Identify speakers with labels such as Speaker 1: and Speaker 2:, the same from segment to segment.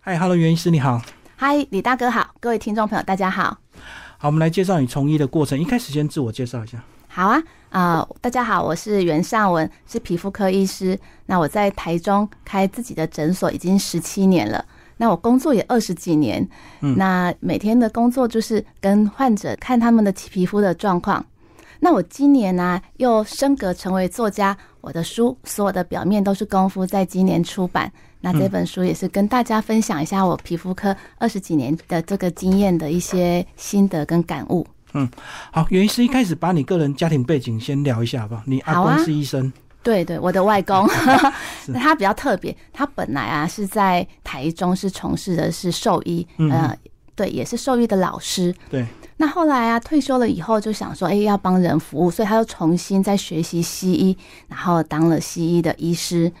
Speaker 1: 嗨，Hello，袁医师你好。
Speaker 2: 嗨，李大哥好，各位听众朋友大家好。
Speaker 1: 好，我们来介绍你从医的过程。一开始先自我介绍一下。
Speaker 2: 好啊，啊、大家好，我是袁尚文，是皮肤科医师。那我在台中开自己的诊所已经十七年了，那我工作也二十几年。
Speaker 1: 嗯
Speaker 2: 那每天的工作就是跟患者看他们的皮肤的状况。那我今年呢、又升格成为作家，我的书《所有的表面都是功夫》在今年出版。那这本书也是跟大家分享一下我皮肤科二十几年的这个经验的一些心得跟感悟。
Speaker 1: 好，袁医师一开始把你个人家庭背景先聊一下吧。你阿
Speaker 2: 好啊
Speaker 1: 公是医生，
Speaker 2: 对对，我的外公，那 他比较特别，他本来啊是在台中是从事的是兽医，
Speaker 1: 嗯
Speaker 2: 呃，对，也是兽医的老师。
Speaker 1: 对，
Speaker 2: 那后来啊退休了以后就想说，哎，要帮人服务，所以他又重新再学习西医，然后当了西医的医师。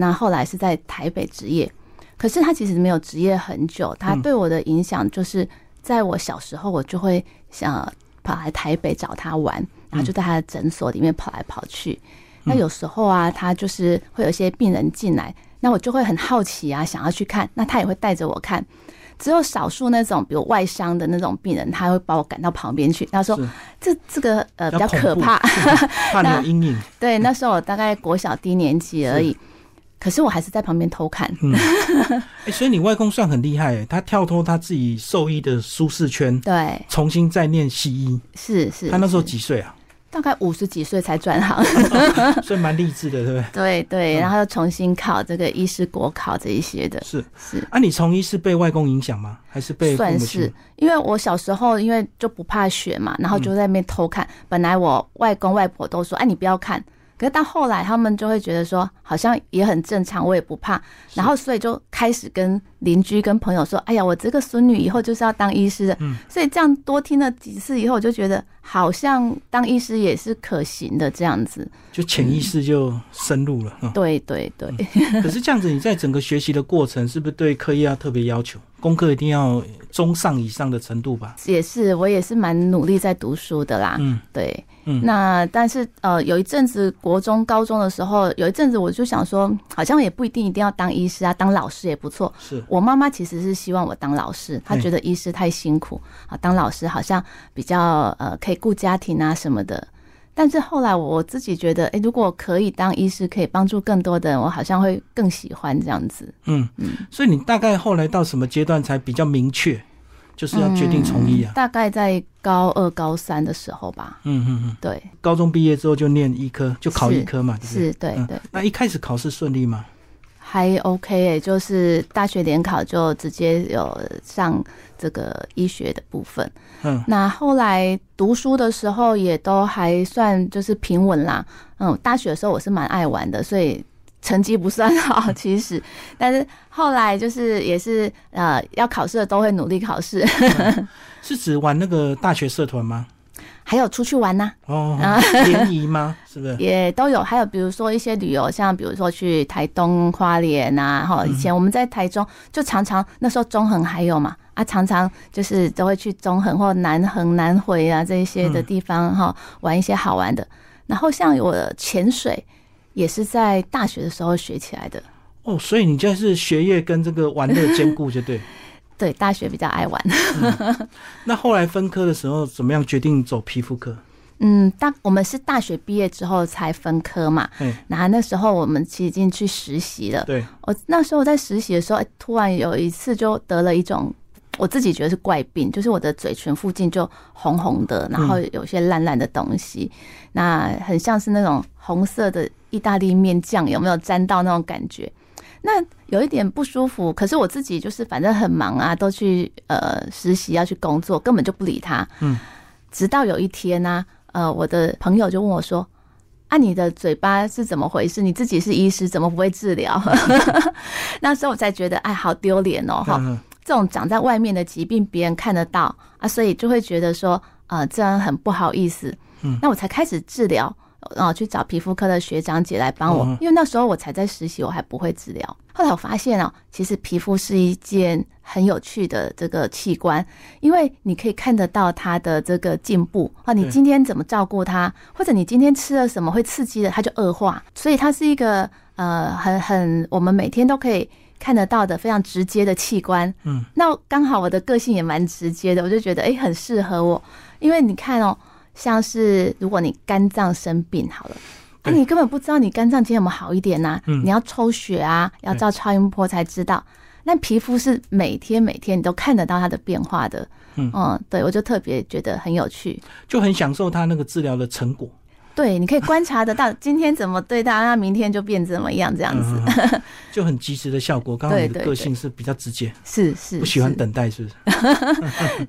Speaker 2: 那后来是在台北职业，可是他其实没有职业很久，他
Speaker 1: 嗯
Speaker 2: 对我的影响就是，在我小时候我就会想跑来台北找他玩，
Speaker 1: 嗯
Speaker 2: 然后就在他的诊所里面跑来跑去。那有时候啊，他就是会有一些病人进来，那我就会很好奇啊，想要去看，那他也会带着我看。只有少数那种，比如外伤的那种病人，他会把我赶到旁边去。他说
Speaker 1: 是：“
Speaker 2: 这这个呃比
Speaker 1: 比较
Speaker 2: 较可
Speaker 1: 恐怖
Speaker 2: 怕。
Speaker 1: 怕你有阴影。”
Speaker 2: 对，那时候我大概国小低年级而已，可是我还是在旁边偷看。
Speaker 1: 哎、所以你外公算很厉害、欸，他跳脱他自己兽医的舒适圈，
Speaker 2: 对，
Speaker 1: 重新再念西医。
Speaker 2: 是是。
Speaker 1: 他那时候
Speaker 2: 是
Speaker 1: 几岁啊？
Speaker 2: 大概五十几岁才 转行。
Speaker 1: 所以蛮励志的，对不对？
Speaker 2: 对对，
Speaker 1: 嗯
Speaker 2: 然后又重新考这个医师国考这一些的。
Speaker 1: 是
Speaker 2: 是。
Speaker 1: 啊，你从医是被外公影响吗？还是被父母
Speaker 2: 算
Speaker 1: 亲
Speaker 2: 是，因为我小时候因为就不怕血嘛，然后
Speaker 1: 嗯
Speaker 2: 就在那边偷看。本来我外公外婆都说：“哎、你不要看。”可是到后来，他们就会觉得说，好像也很正常，我也不怕。然后，所以就开始跟邻居、跟朋友说：“哎呀，我这个孙女以后就是要当医师的。
Speaker 1: 嗯
Speaker 2: 所以这样多听了几次以后，我就觉得好像当医师也是可行的这样子。
Speaker 1: 就潜意识就深入了？嗯
Speaker 2: 对对对，
Speaker 1: 可是这样子，你在整个学习的过程，是不是对课业要啊特别要求？功课一定要中上以上的程度吧？
Speaker 2: 也是我也是蛮努力在读书的啦。
Speaker 1: 嗯，
Speaker 2: 对，
Speaker 1: 嗯
Speaker 2: 那但是呃，有一阵子国中、高中的时候，有一阵子我就想说，好像也不一定一定要当医师啊，当老师也不错。
Speaker 1: 是
Speaker 2: 我妈妈其实是希望我当老师，她
Speaker 1: 嗯
Speaker 2: 觉得医师太辛苦啊，当老师好像比较呃可以顾家庭啊什么的。
Speaker 1: 嗯
Speaker 2: 但是后来我自己觉得，诶，如果可以当医师，可以帮助更多的人，我好像会更喜欢这样子。
Speaker 1: 嗯，所以你大概后来到什么阶段才比较明确，就是要决定从医啊？
Speaker 2: 大概在高二、高三的时候吧，
Speaker 1: 嗯嗯嗯，
Speaker 2: 对，
Speaker 1: 高中毕业之后就念医科，就考医科嘛，对不对？
Speaker 2: 是，对
Speaker 1: 嗯
Speaker 2: 对。
Speaker 1: 那一开始考试顺利吗？
Speaker 2: 还 OK 诶、就是大学联考就直接有上这个医学的部分。
Speaker 1: 嗯，
Speaker 2: 那后来读书的时候也都还算就是平稳啦。嗯，大学的时候我是蛮爱玩的，所以成绩不算 好，其实，但是后来就是也是呃要考试的都会努力考试，
Speaker 1: 是指玩那个大学社团吗？
Speaker 2: 还有出去玩呐、
Speaker 1: 哦，联谊吗？是不是？
Speaker 2: 也都有，还有比如说一些旅游，像比如说去台东花莲啊，哈，以前我们在台中就常常那时候中横还有嘛，啊，常常就是都会去中横或南横、南回啊这一些的地方哈、玩一些好玩的。然后像我潜水也是在大学的时候学起来的，
Speaker 1: 哦，所以你就是学业跟这个玩乐兼顾，就对。
Speaker 2: 对，大学比较爱玩。
Speaker 1: 那后来分科的时候，怎么样决定走皮肤科？
Speaker 2: 嗯，大我们是大学毕业之后才分科嘛，
Speaker 1: 嗯，
Speaker 2: 然后那时候我们其实已经去实习了，
Speaker 1: 对，
Speaker 2: 我那时候在实习的时候，哎突然有一次就得了一种我自己觉得是怪病，就是我的嘴唇附近就红红的，然后有些烂烂的东西，那很像是那种红色的意大利面酱，有没有沾到那种感觉？那有一点不舒服，可是我自己就是反正很忙啊，都去呃实习要去工作，根本就不理他。
Speaker 1: 嗯，
Speaker 2: 直到有一天呢、呃，我的朋友就问我说：“啊，你的嘴巴是怎么回事？你自己是医师，怎么不会治疗？” 那时候我才觉得，哎，好丢脸哦！哈，
Speaker 1: 嗯
Speaker 2: 这种长在外面的疾病，别人看得到啊，所以就会觉得说，呃，这样很不好意思。
Speaker 1: 嗯
Speaker 2: 那我才开始治疗，呃，去找皮肤科的学长姐来帮我，
Speaker 1: 嗯嗯
Speaker 2: 因为那时候我才在实习，我还不会治疗。后来我发现哦，其实皮肤是一件很有趣的这个器官，因为你可以看得到它的这个进步啊，你
Speaker 1: 对
Speaker 2: 今天怎么照顾它，或者你今天吃了什么会刺激的，它就恶化，所以它是一个呃很很我们每天都可以看得到的非常直接的器官。
Speaker 1: 嗯，
Speaker 2: 那刚好我的个性也蛮直接的，我就觉得哎、诶很适合我，因为你看哦，像是如果你肝脏生病好了。那、
Speaker 1: 对
Speaker 2: 你根本不知道你肝脏今天有没有好一点呐、
Speaker 1: 嗯
Speaker 2: 你要抽血啊，要照超音波才知道。那皮肤是每天每天你都看得到它的变化的，
Speaker 1: 嗯
Speaker 2: 对我就特别觉得很有趣。
Speaker 1: 就很享受他那个治疗的成果。
Speaker 2: 对，你可以观察得到今天怎么对它，那明天就变怎么样，这样子。
Speaker 1: 嗯就很及时的效果。刚好你
Speaker 2: 对
Speaker 1: 的
Speaker 2: 对
Speaker 1: 个性是比较直接，
Speaker 2: 是是，
Speaker 1: 不喜欢
Speaker 2: 是，
Speaker 1: 等待，是不是？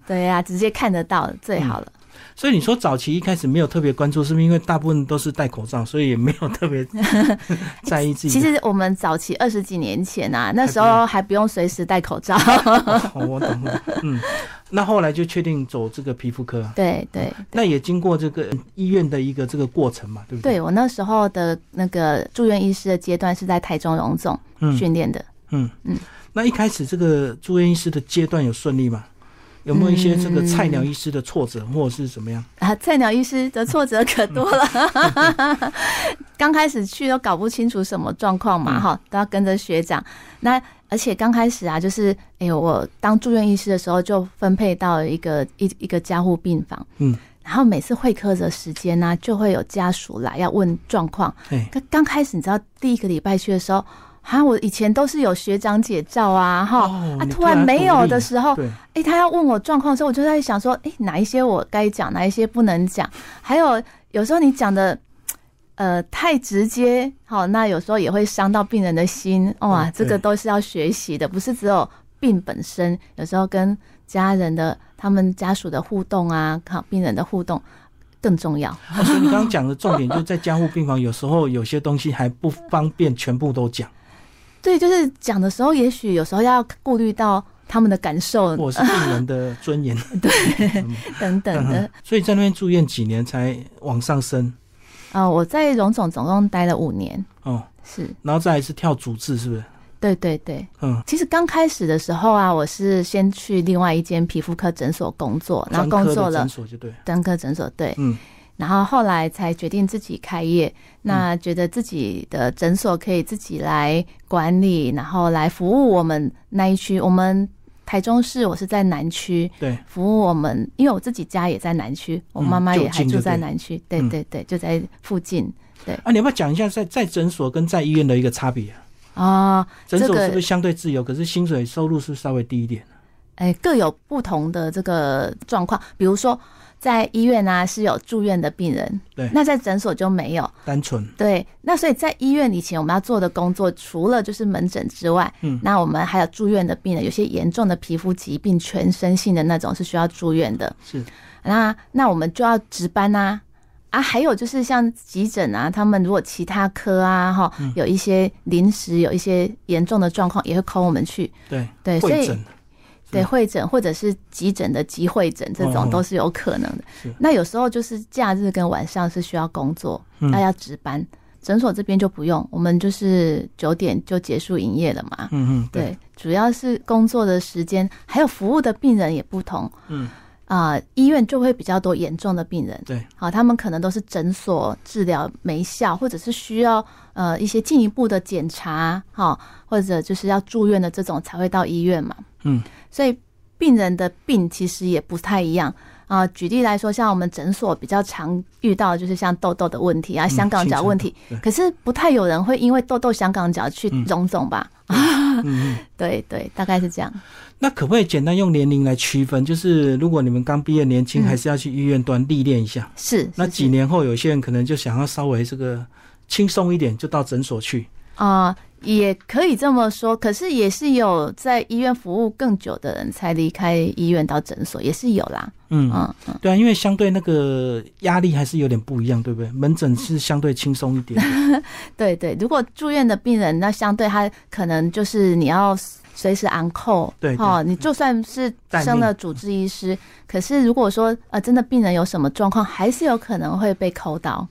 Speaker 2: 对呀、直接看得到最好了。
Speaker 1: 所以你说早期一开始没有特别关注，是不是因为大部分都是戴口罩，所以也没有特 别在意自己的？
Speaker 2: 其实我们早期二十几年前啊，那时候还不用随时戴口罩。
Speaker 1: 哦，我懂了。嗯，那后来就确定走这个皮肤科啊，
Speaker 2: 对对
Speaker 1: 那也经过这个医院的一个这个过程嘛，对不
Speaker 2: 对，我那时候的那个住院医师的阶段是在台中荣总
Speaker 1: 嗯
Speaker 2: 训练的。
Speaker 1: 嗯
Speaker 2: 嗯
Speaker 1: 嗯。那一开始这个住院医师的阶段有顺利吗？有没有一些这个菜鸟医师的挫折，或者是怎么样？
Speaker 2: 啊，菜鸟医师的挫折可多了，刚开始去都搞不清楚什么状况嘛，
Speaker 1: 嗯
Speaker 2: 哈、都要跟着学长。那而且刚开始啊，就是哎、呦，我当住院医师的时候就分配到一个一一个加护病房，
Speaker 1: 嗯，
Speaker 2: 然后每次会客的时间呢、啊就会有家属来要问状况。
Speaker 1: 哎，
Speaker 2: 刚刚开始你知道第一个礼拜去的时候，啊，我以前都是有学长姐照啊，哈、
Speaker 1: 哦
Speaker 2: 啊，
Speaker 1: 你
Speaker 2: 突然没有
Speaker 1: 独
Speaker 2: 的
Speaker 1: 立
Speaker 2: 时候，
Speaker 1: 对，
Speaker 2: 哎、他要问我状况的时候，我就在想说，哎、哪一些我该讲，哪一些不能讲？还有有时候你讲的，呃，太直接，好，那有时候也会伤到病人的心。哇、
Speaker 1: 嗯
Speaker 2: 这个
Speaker 1: 对
Speaker 2: 都是要学习的，不是只有病本身，有时候跟家人的、他们家属的互动啊，好，病人的互动更重要。
Speaker 1: 哦，所以你刚刚讲的重点就是在加护病房，有时候有些东西还不方便全部都讲，
Speaker 2: 对，就是讲的时候，也许有时候要顾虑到他们的感受
Speaker 1: 或者是病人的尊 严
Speaker 2: 等等的。
Speaker 1: 所以在那边住院几年才往上升
Speaker 2: 啊、我在荣总总共待了五年，
Speaker 1: 哦，
Speaker 2: 是
Speaker 1: 然后再来是跳主治，是不是？
Speaker 2: 对对对。
Speaker 1: 嗯，
Speaker 2: 其实刚开始的时候啊，我是先去另外一间皮肤科诊所工作，然后
Speaker 1: 专科的
Speaker 2: 工作了
Speaker 1: 诊所就对，
Speaker 2: 专科诊所，对，
Speaker 1: 嗯
Speaker 2: 然后后来才决定自己开业。那觉得自己的诊所可以自己来管理，然后来服务我们那一区。我们台中市，我是在南区
Speaker 1: 对，
Speaker 2: 服务我们，因为我自己家也在南区，我妈妈
Speaker 1: 就
Speaker 2: 也还
Speaker 1: 嗯近就
Speaker 2: 住在
Speaker 1: 对
Speaker 2: 南区，对
Speaker 1: 嗯
Speaker 2: 对对，就在附近
Speaker 1: 啊，你要不要讲一下在在诊所跟在医院的一个差别、啊？
Speaker 2: 哦。
Speaker 1: 诊所
Speaker 2: 这个
Speaker 1: 是不是相对自由，可是薪水收入是不是稍微低一点？
Speaker 2: 哎，各有不同的这个状况。比如说，在医院啊是有住院的病人，
Speaker 1: 对
Speaker 2: 那在诊所就没有。
Speaker 1: 单纯
Speaker 2: 对，那所以在医院以前我们要做的工作，除了就是门诊之外，
Speaker 1: 嗯
Speaker 2: 那我们还有住院的病人，有些严重的皮肤疾病，全身性的那种是需要住院的。
Speaker 1: 是
Speaker 2: 那那我们就要值班呐、啊，还有就是像急诊啊，他们如果其他科啊哈
Speaker 1: 嗯
Speaker 2: 有一些临时有一些严重的状况，也会 call 我们去。
Speaker 1: 对
Speaker 2: 对，所
Speaker 1: 会
Speaker 2: 以
Speaker 1: 诊
Speaker 2: 对
Speaker 1: 是
Speaker 2: 会诊或者是急诊的急会诊，这
Speaker 1: 哦
Speaker 2: 种都是有可能的。
Speaker 1: 是
Speaker 2: 那有时候就是假日跟晚上是需要工作，
Speaker 1: 嗯
Speaker 2: 那要值班。诊所这边就不用，我们就是九点就结束营业了嘛。
Speaker 1: 嗯嗯对
Speaker 2: 对，主要是工作的时间，还有服务的病人也不同
Speaker 1: 嗯
Speaker 2: 啊、医院就会比较多严重的病人，
Speaker 1: 对
Speaker 2: 好、他们可能都是诊所治疗没效，或者是需要呃一些进一步的检查，哈、或者就是要住院的这种才会到医院嘛。
Speaker 1: 嗯
Speaker 2: 所以病人的病其实也不太一样啊、举例来说，像我们诊所比较常遇到的就是像痘痘的问题啊，香港脚问题，
Speaker 1: 嗯
Speaker 2: 可是不太有人会因为痘痘、香港脚去
Speaker 1: 嗯
Speaker 2: 荣总吧？
Speaker 1: 嗯嗯。
Speaker 2: 对对，大概是这样。
Speaker 1: 那可不可以简单用年龄来区分？就是如果你们刚毕业年轻，
Speaker 2: 嗯
Speaker 1: 还是要去医院端历练一下。
Speaker 2: 是是
Speaker 1: 那几
Speaker 2: 是
Speaker 1: 年后，有些人可能就想要稍微这个轻松一点，就到诊所去。
Speaker 2: 啊、也可以这么说，可是也是有在医院服务更久的人才离开医院到诊所，也是有啦。
Speaker 1: 嗯，
Speaker 2: 嗯嗯，
Speaker 1: 对啊，因为相对那个压力还是有点不一样，对不对？门诊是相对轻松一点。
Speaker 2: 对对，如果住院的病人，那相对他可能就是你要随时昂扣，
Speaker 1: 对对
Speaker 2: 哦，你就算是
Speaker 1: 待命
Speaker 2: 升了主治医师，可是如果说呃真的病人有什么状况，还是有可能会被扣到。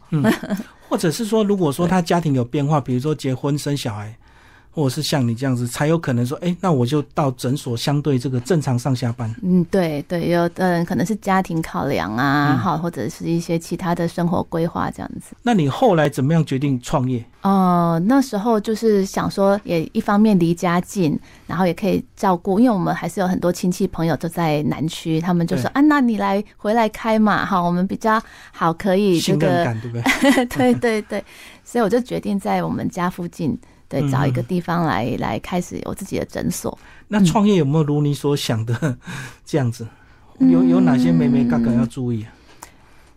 Speaker 1: 或者是说，如果说他家庭有变化，比如说结婚生小孩，或者是像你这样子，才有可能说，哎、那我就到诊所相对这个正常上下班。
Speaker 2: 嗯，对对，有的人可能是家庭考量啊，
Speaker 1: 嗯
Speaker 2: 好、或者是一些其他的生活规划这样子。
Speaker 1: 那你后来怎么样决定创业？
Speaker 2: 呃，那时候就是想说，也一方面离家近，然后也可以照顾，因为我们还是有很多亲戚朋友都在南区，他们就说
Speaker 1: 对
Speaker 2: 啊，那你来回来开嘛，哈，我们比较好，可以这
Speaker 1: 信任
Speaker 2: 个，
Speaker 1: 感对不对？
Speaker 2: 对对对，所以我就决定在我们家附近，对，
Speaker 1: 嗯
Speaker 2: 找一个地方来 来开始我自己的诊所。
Speaker 1: 那创业有没有如你所想的 这样子？有
Speaker 2: 嗯
Speaker 1: 有哪些美眉嘎嘎要注意啊？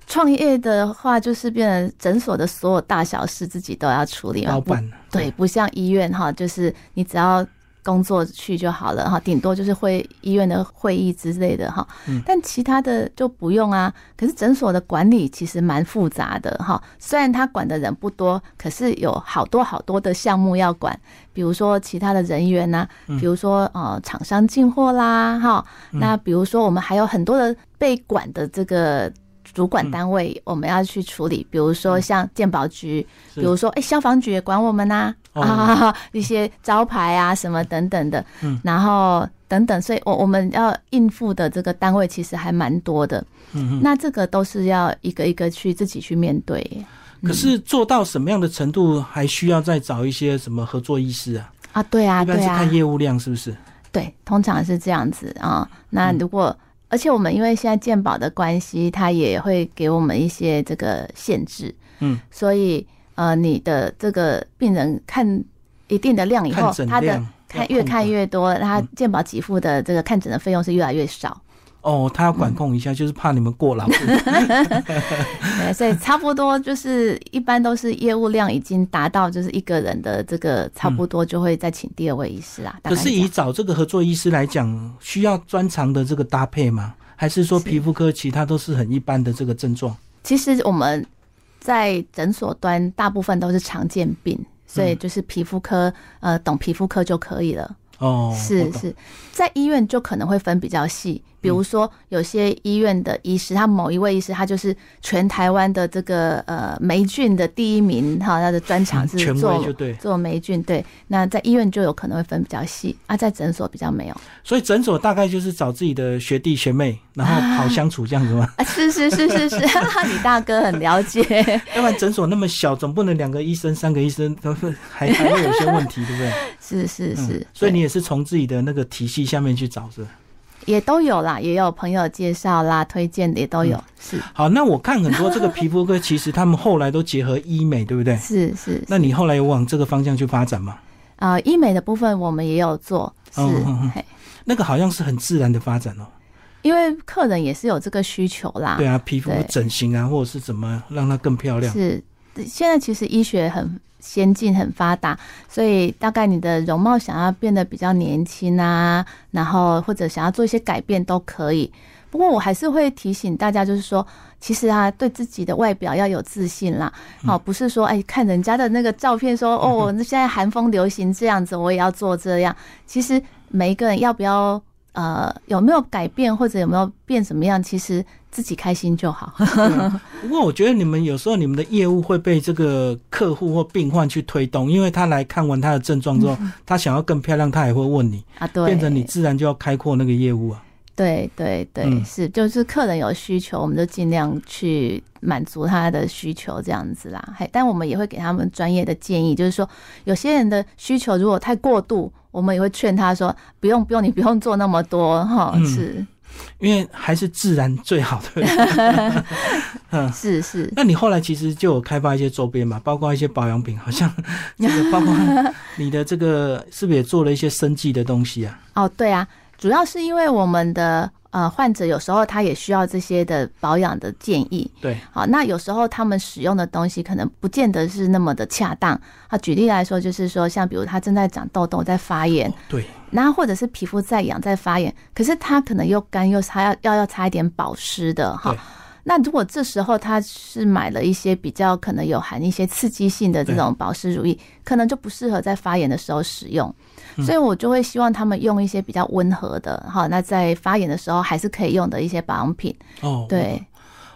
Speaker 2: 创业的话，就是变成诊所的所有大小事自己都要处理嘛，
Speaker 1: 老
Speaker 2: 不
Speaker 1: 板
Speaker 2: 对，不像医院哈，就是你只要工作去就好了哈，顶多就是会医院的会议之类的哈
Speaker 1: 嗯，
Speaker 2: 但其他的就不用啊。可是诊所的管理其实蛮复杂的哈，虽然他管的人不多，可是有好多好多的项目要管，比如说其他的人员呐、
Speaker 1: 嗯
Speaker 2: 比如说呃厂商进货啦哈，
Speaker 1: 嗯
Speaker 2: 那比如说我们还有很多的被管的这个。主管单位我们要去处理，比如说像健保局，
Speaker 1: 是
Speaker 2: 比如说，哎、消防局也管我们呐、
Speaker 1: 哦
Speaker 2: 啊， 一些招牌啊什么等等的，
Speaker 1: 嗯
Speaker 2: 然后等等，所以我我们要应付的这个单位其实还蛮多的，
Speaker 1: 嗯嗯。
Speaker 2: 那这个都是要一个一个去自己去面对
Speaker 1: 可是做到什么样的程度，还需要再找一些什么合作医师啊？
Speaker 2: 啊，对啊，
Speaker 1: 一般
Speaker 2: 对
Speaker 1: 是
Speaker 2: 啊
Speaker 1: 看，业务量是不是？
Speaker 2: 对，通常是这样子啊、
Speaker 1: 嗯
Speaker 2: 那如果、而且我们因为现在健保的关系，它也会给我们一些这个限制，
Speaker 1: 嗯，
Speaker 2: 所以呃，你的这个病人看一定的量以后
Speaker 1: 看，诊
Speaker 2: 他的
Speaker 1: 量，
Speaker 2: 看
Speaker 1: 要
Speaker 2: 越
Speaker 1: 控
Speaker 2: 看
Speaker 1: 管
Speaker 2: 越多，他
Speaker 1: 嗯
Speaker 2: 健保给付的这个看诊的费用是越来越少，
Speaker 1: 哦，他要管控一下，就是怕你们过劳。
Speaker 2: 嗯对，所以差不多就是一般都是业务量已经达到就是一个人的这个差不多就会再请第二位医师啦。大
Speaker 1: 嗯可
Speaker 2: 概
Speaker 1: 是
Speaker 2: 这样
Speaker 1: 以找这个合作医师来讲，需要专长的这个搭配吗？还是说
Speaker 2: 是
Speaker 1: 皮肤科其他都是很一般的这个症状？
Speaker 2: 其实我们在诊所端大部分都是常见病，所
Speaker 1: 嗯
Speaker 2: 以就是皮肤科呃懂皮肤科就可以了。
Speaker 1: 哦，我
Speaker 2: 是
Speaker 1: 懂，嗯
Speaker 2: 是，在医院就可能会分比较细，比如说有些医院的医师，他某一位医师，他就是全台湾的这个呃霉菌的第一名，哈，他的专长是
Speaker 1: 嗯权威
Speaker 2: 做
Speaker 1: 就对。
Speaker 2: 做霉菌，对。那在医院就有可能会分比较细，啊，在诊所比较 没有。
Speaker 1: 所以诊所大概就是找自己的学弟学妹，然后好相处这样子吗？
Speaker 2: 啊，是是是是是，哈哈 你大哥很了 解，
Speaker 1: 要不然诊所那么小，总不能两个医生、三个医生都是还还会有些问题，对 不对？
Speaker 2: 是是是。
Speaker 1: 嗯所以
Speaker 2: 对
Speaker 1: 你也是从自己的那个体系下面去找是吧。
Speaker 2: 也都有啦，也有朋友介绍啦、推荐的也都有，是
Speaker 1: 好，那我看很多这个皮肤科，其实他们后来都结合医美，对不对？
Speaker 2: 是是。
Speaker 1: 那你后来有往这个方向去发展吗？
Speaker 2: 啊、医美的部分我们也有做，是。
Speaker 1: 嗯嗯嗯
Speaker 2: 嘿
Speaker 1: 那个好像是很自然的发展哦。
Speaker 2: 因为客人也是有这个需求啦。
Speaker 1: 对啊，皮肤
Speaker 2: 对
Speaker 1: 整形啊，或者是怎么让它更漂亮。
Speaker 2: 是现在其实医学很先进、很发达，所以大概你的容貌想要变得比较年轻啊，然后或者想要做一些改变都可以。不过我还是会提醒大家，就是说，其实啊，对自己的外表要有自信啦。
Speaker 1: 嗯
Speaker 2: 哦，不是说哎，看人家的那个照片说 哦，那现在韩风流行这样子，我也要做这样。其实每一个人要不要呃有没有改变或者有没有变什么样，其实自己开心就好。
Speaker 1: 不过我觉得你们有时候你们的业务会被这个客户或病患去推动，因为他来看完他的症状之后，他想要更漂亮，他也会问你，
Speaker 2: 啊，嗯对，
Speaker 1: 变成你自然就要开阔那个业务啊。
Speaker 2: 对对对，
Speaker 1: 嗯
Speaker 2: 是就是客人有需求，我们就尽量去满足他的需求这样子啦。还但我们也会给他们专业的建议，就是说有些人的需求如果太过度，我们也会劝他说不用不用，你不用做那么多哈、
Speaker 1: 嗯
Speaker 2: 是
Speaker 1: 因为还是自然最好 的。
Speaker 2: 是是，
Speaker 1: 那你后来其实就有开发一些周边嘛，包括一些保养品，好像这个包括你的这个是不是也做了一些生计的东西啊？
Speaker 2: 哦对啊，主要是因为我们的呃患者有时候他也需要这些的保养的建议，
Speaker 1: 对，
Speaker 2: 好，那有时候他们使用的东西可能不见得是那么的恰当。啊，举例来说，就是说，像比如他正在长痘痘，在发炎，
Speaker 1: 对，
Speaker 2: 然后或者是皮肤在痒，在发炎，可是他可能又干又擦，要要要擦一点保湿的哈
Speaker 1: 对。
Speaker 2: 那如果这时候他是买了一些比较可能有含一些刺激性的这种保湿乳液，可能就不适合在发炎的时候使用，
Speaker 1: 嗯
Speaker 2: 所以我就会希望他们用一些比较温和的哈，那在发炎的时候还是可以用的一些保养品。
Speaker 1: 哦，
Speaker 2: 对，嗯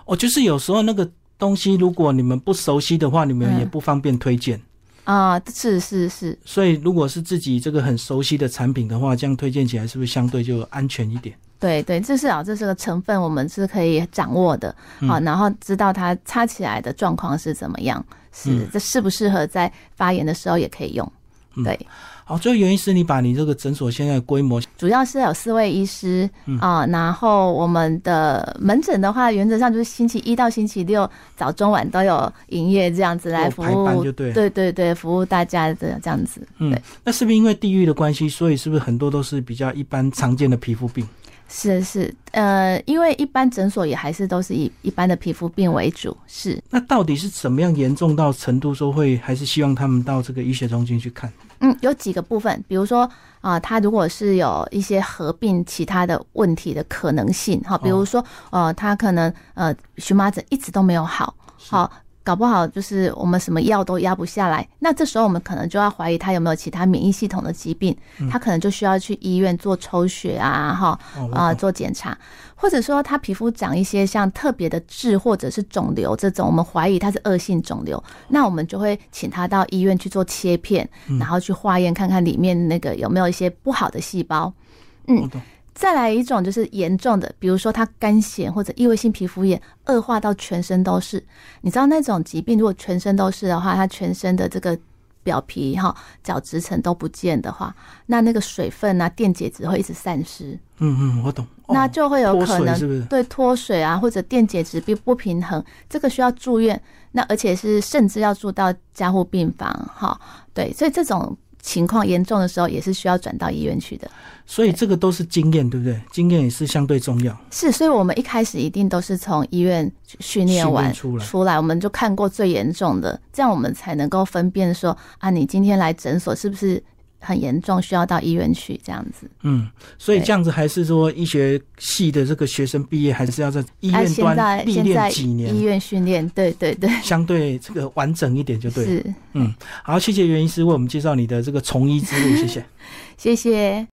Speaker 1: 哦，就是有时候那个东西，如果你们不熟悉的话，你们也不方便推荐。
Speaker 2: 啊、是是是，
Speaker 1: 所以如果是自己这个很熟悉的产品的话，这样推荐起来是不是相对就安全一点？
Speaker 2: 对对，至少这是个成分，我们是可以掌握的，
Speaker 1: 嗯
Speaker 2: 好、然后知道它擦起来的状况是怎么样，是、
Speaker 1: 嗯
Speaker 2: 这适不适合在发炎的时候也可以用。
Speaker 1: 嗯
Speaker 2: 对，
Speaker 1: 好，最后原因是你把你这个诊所现在的规模，
Speaker 2: 主要是有四位医师
Speaker 1: 嗯
Speaker 2: 啊、然后我们的门诊的话，原则上就是星期一到星期六早中晚都有营业，这样子来服
Speaker 1: 哦有排班
Speaker 2: 务
Speaker 1: 就对了
Speaker 2: 对对对，服务大家的这样子。
Speaker 1: 嗯
Speaker 2: 对，
Speaker 1: 那是不是因为地域的关系，所以是不是很多都是比较一般常见的皮肤病？
Speaker 2: 是是，呃，因为一般诊所也还是都是以一般的皮肤病为主，是，
Speaker 1: 那到底是怎么样严重到程度说会，还是希望他们到这个医学中心去看？
Speaker 2: 嗯，有几个部分，比如说啊、呃他如果是有一些合并其他的问题的可能性，哈，比如说呃，他可能呃荨麻疹一直都没有好，好。搞不好就是我们什么药都压不下来，那这时候我们可能就要怀疑他有没有其他免疫系统的疾病，他可能就需要去医院做抽血啊，哈、
Speaker 1: 哦，我
Speaker 2: 啊、
Speaker 1: 懂
Speaker 2: 做检查，或者说他皮肤长一些像特别的痣或者是肿瘤这种，我们怀疑它是恶性肿瘤，那我们就会请他到医院去做切片，然后去化验看看里面那个有没有一些不好的细胞。
Speaker 1: 我懂，
Speaker 2: 再来一种就是严重的，比如说他干癣或者异位性皮肤炎恶化到全身都是。你知道那种疾病如果全身都是的话，它全身的这个表皮哈角质层都不见的话，那那个水分啊电解质会一直散失。
Speaker 1: 嗯嗯，我懂。哦
Speaker 2: 那就会有可
Speaker 1: 脱水
Speaker 2: 能
Speaker 1: 是不是
Speaker 2: 对脱水啊，或者电解质不不平衡，这个需要住院。那而且是甚至要住到加护病房，哈，对，所以这种情况严重的时候，也是需要转到医院去的。
Speaker 1: 所以这个都是经验，对不对？经验也是相对重要。
Speaker 2: 是，所以我们一开始一定都是从医院训练完
Speaker 1: 训练出来
Speaker 2: 我们就看过最严重的，这样我们才能够分辨说啊，你今天来诊所是不是很严重，需要到医院去这样子。
Speaker 1: 嗯，所以
Speaker 2: 对
Speaker 1: 这样子还是说医学系的这个学生毕业，还是要在医
Speaker 2: 啊，
Speaker 1: 院
Speaker 2: 现在
Speaker 1: 端历
Speaker 2: 现在
Speaker 1: 练几
Speaker 2: 医
Speaker 1: 年，
Speaker 2: 院训练，对对对，
Speaker 1: 相对这个完整一点就对了。
Speaker 2: 是，
Speaker 1: 好，谢谢袁医师为我们介绍你的这个从医之路，谢谢。
Speaker 2: 谢谢。